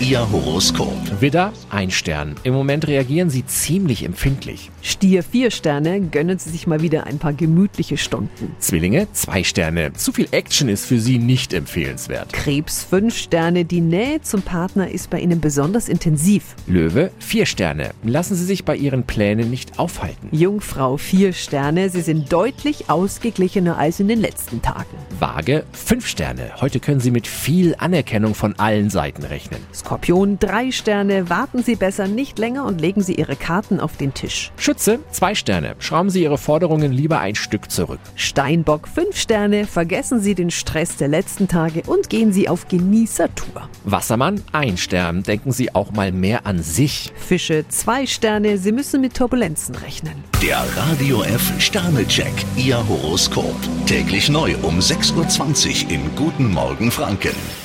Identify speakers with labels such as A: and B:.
A: Ihr Horoskop.
B: Widder, ein Stern. Im Moment reagieren Sie ziemlich empfindlich.
C: Stier vier Sterne, gönnen Sie sich mal wieder ein paar gemütliche Stunden.
B: Zwillinge, zwei Sterne. Zu viel Action ist für Sie nicht empfehlenswert.
C: Krebs fünf Sterne, die Nähe zum Partner ist bei Ihnen besonders intensiv.
B: Löwe, vier Sterne. Lassen Sie sich bei Ihren Plänen nicht aufhalten.
C: Jungfrau vier Sterne, Sie sind deutlich ausgeglichener als in den letzten Tagen.
B: Waage, fünf Sterne. Heute können Sie mit viel Anerkennung von allen Seiten rechnen.
C: Skorpion drei Sterne, warten Sie besser nicht länger und legen Sie Ihre Karten auf den Tisch.
B: Schütze, zwei Sterne. Schrauben Sie Ihre Forderungen lieber ein Stück zurück.
C: Steinbock fünf Sterne, vergessen Sie den Stress der letzten Tage und gehen Sie auf Genießertour.
B: Wassermann, ein Stern. Denken Sie auch mal mehr an sich.
C: Fische zwei Sterne, Sie müssen mit Turbulenzen rechnen.
A: Der Radio F Sternecheck. Ihr Horoskop. Täglich neu um 6.20 Uhr im Guten Morgen Franken.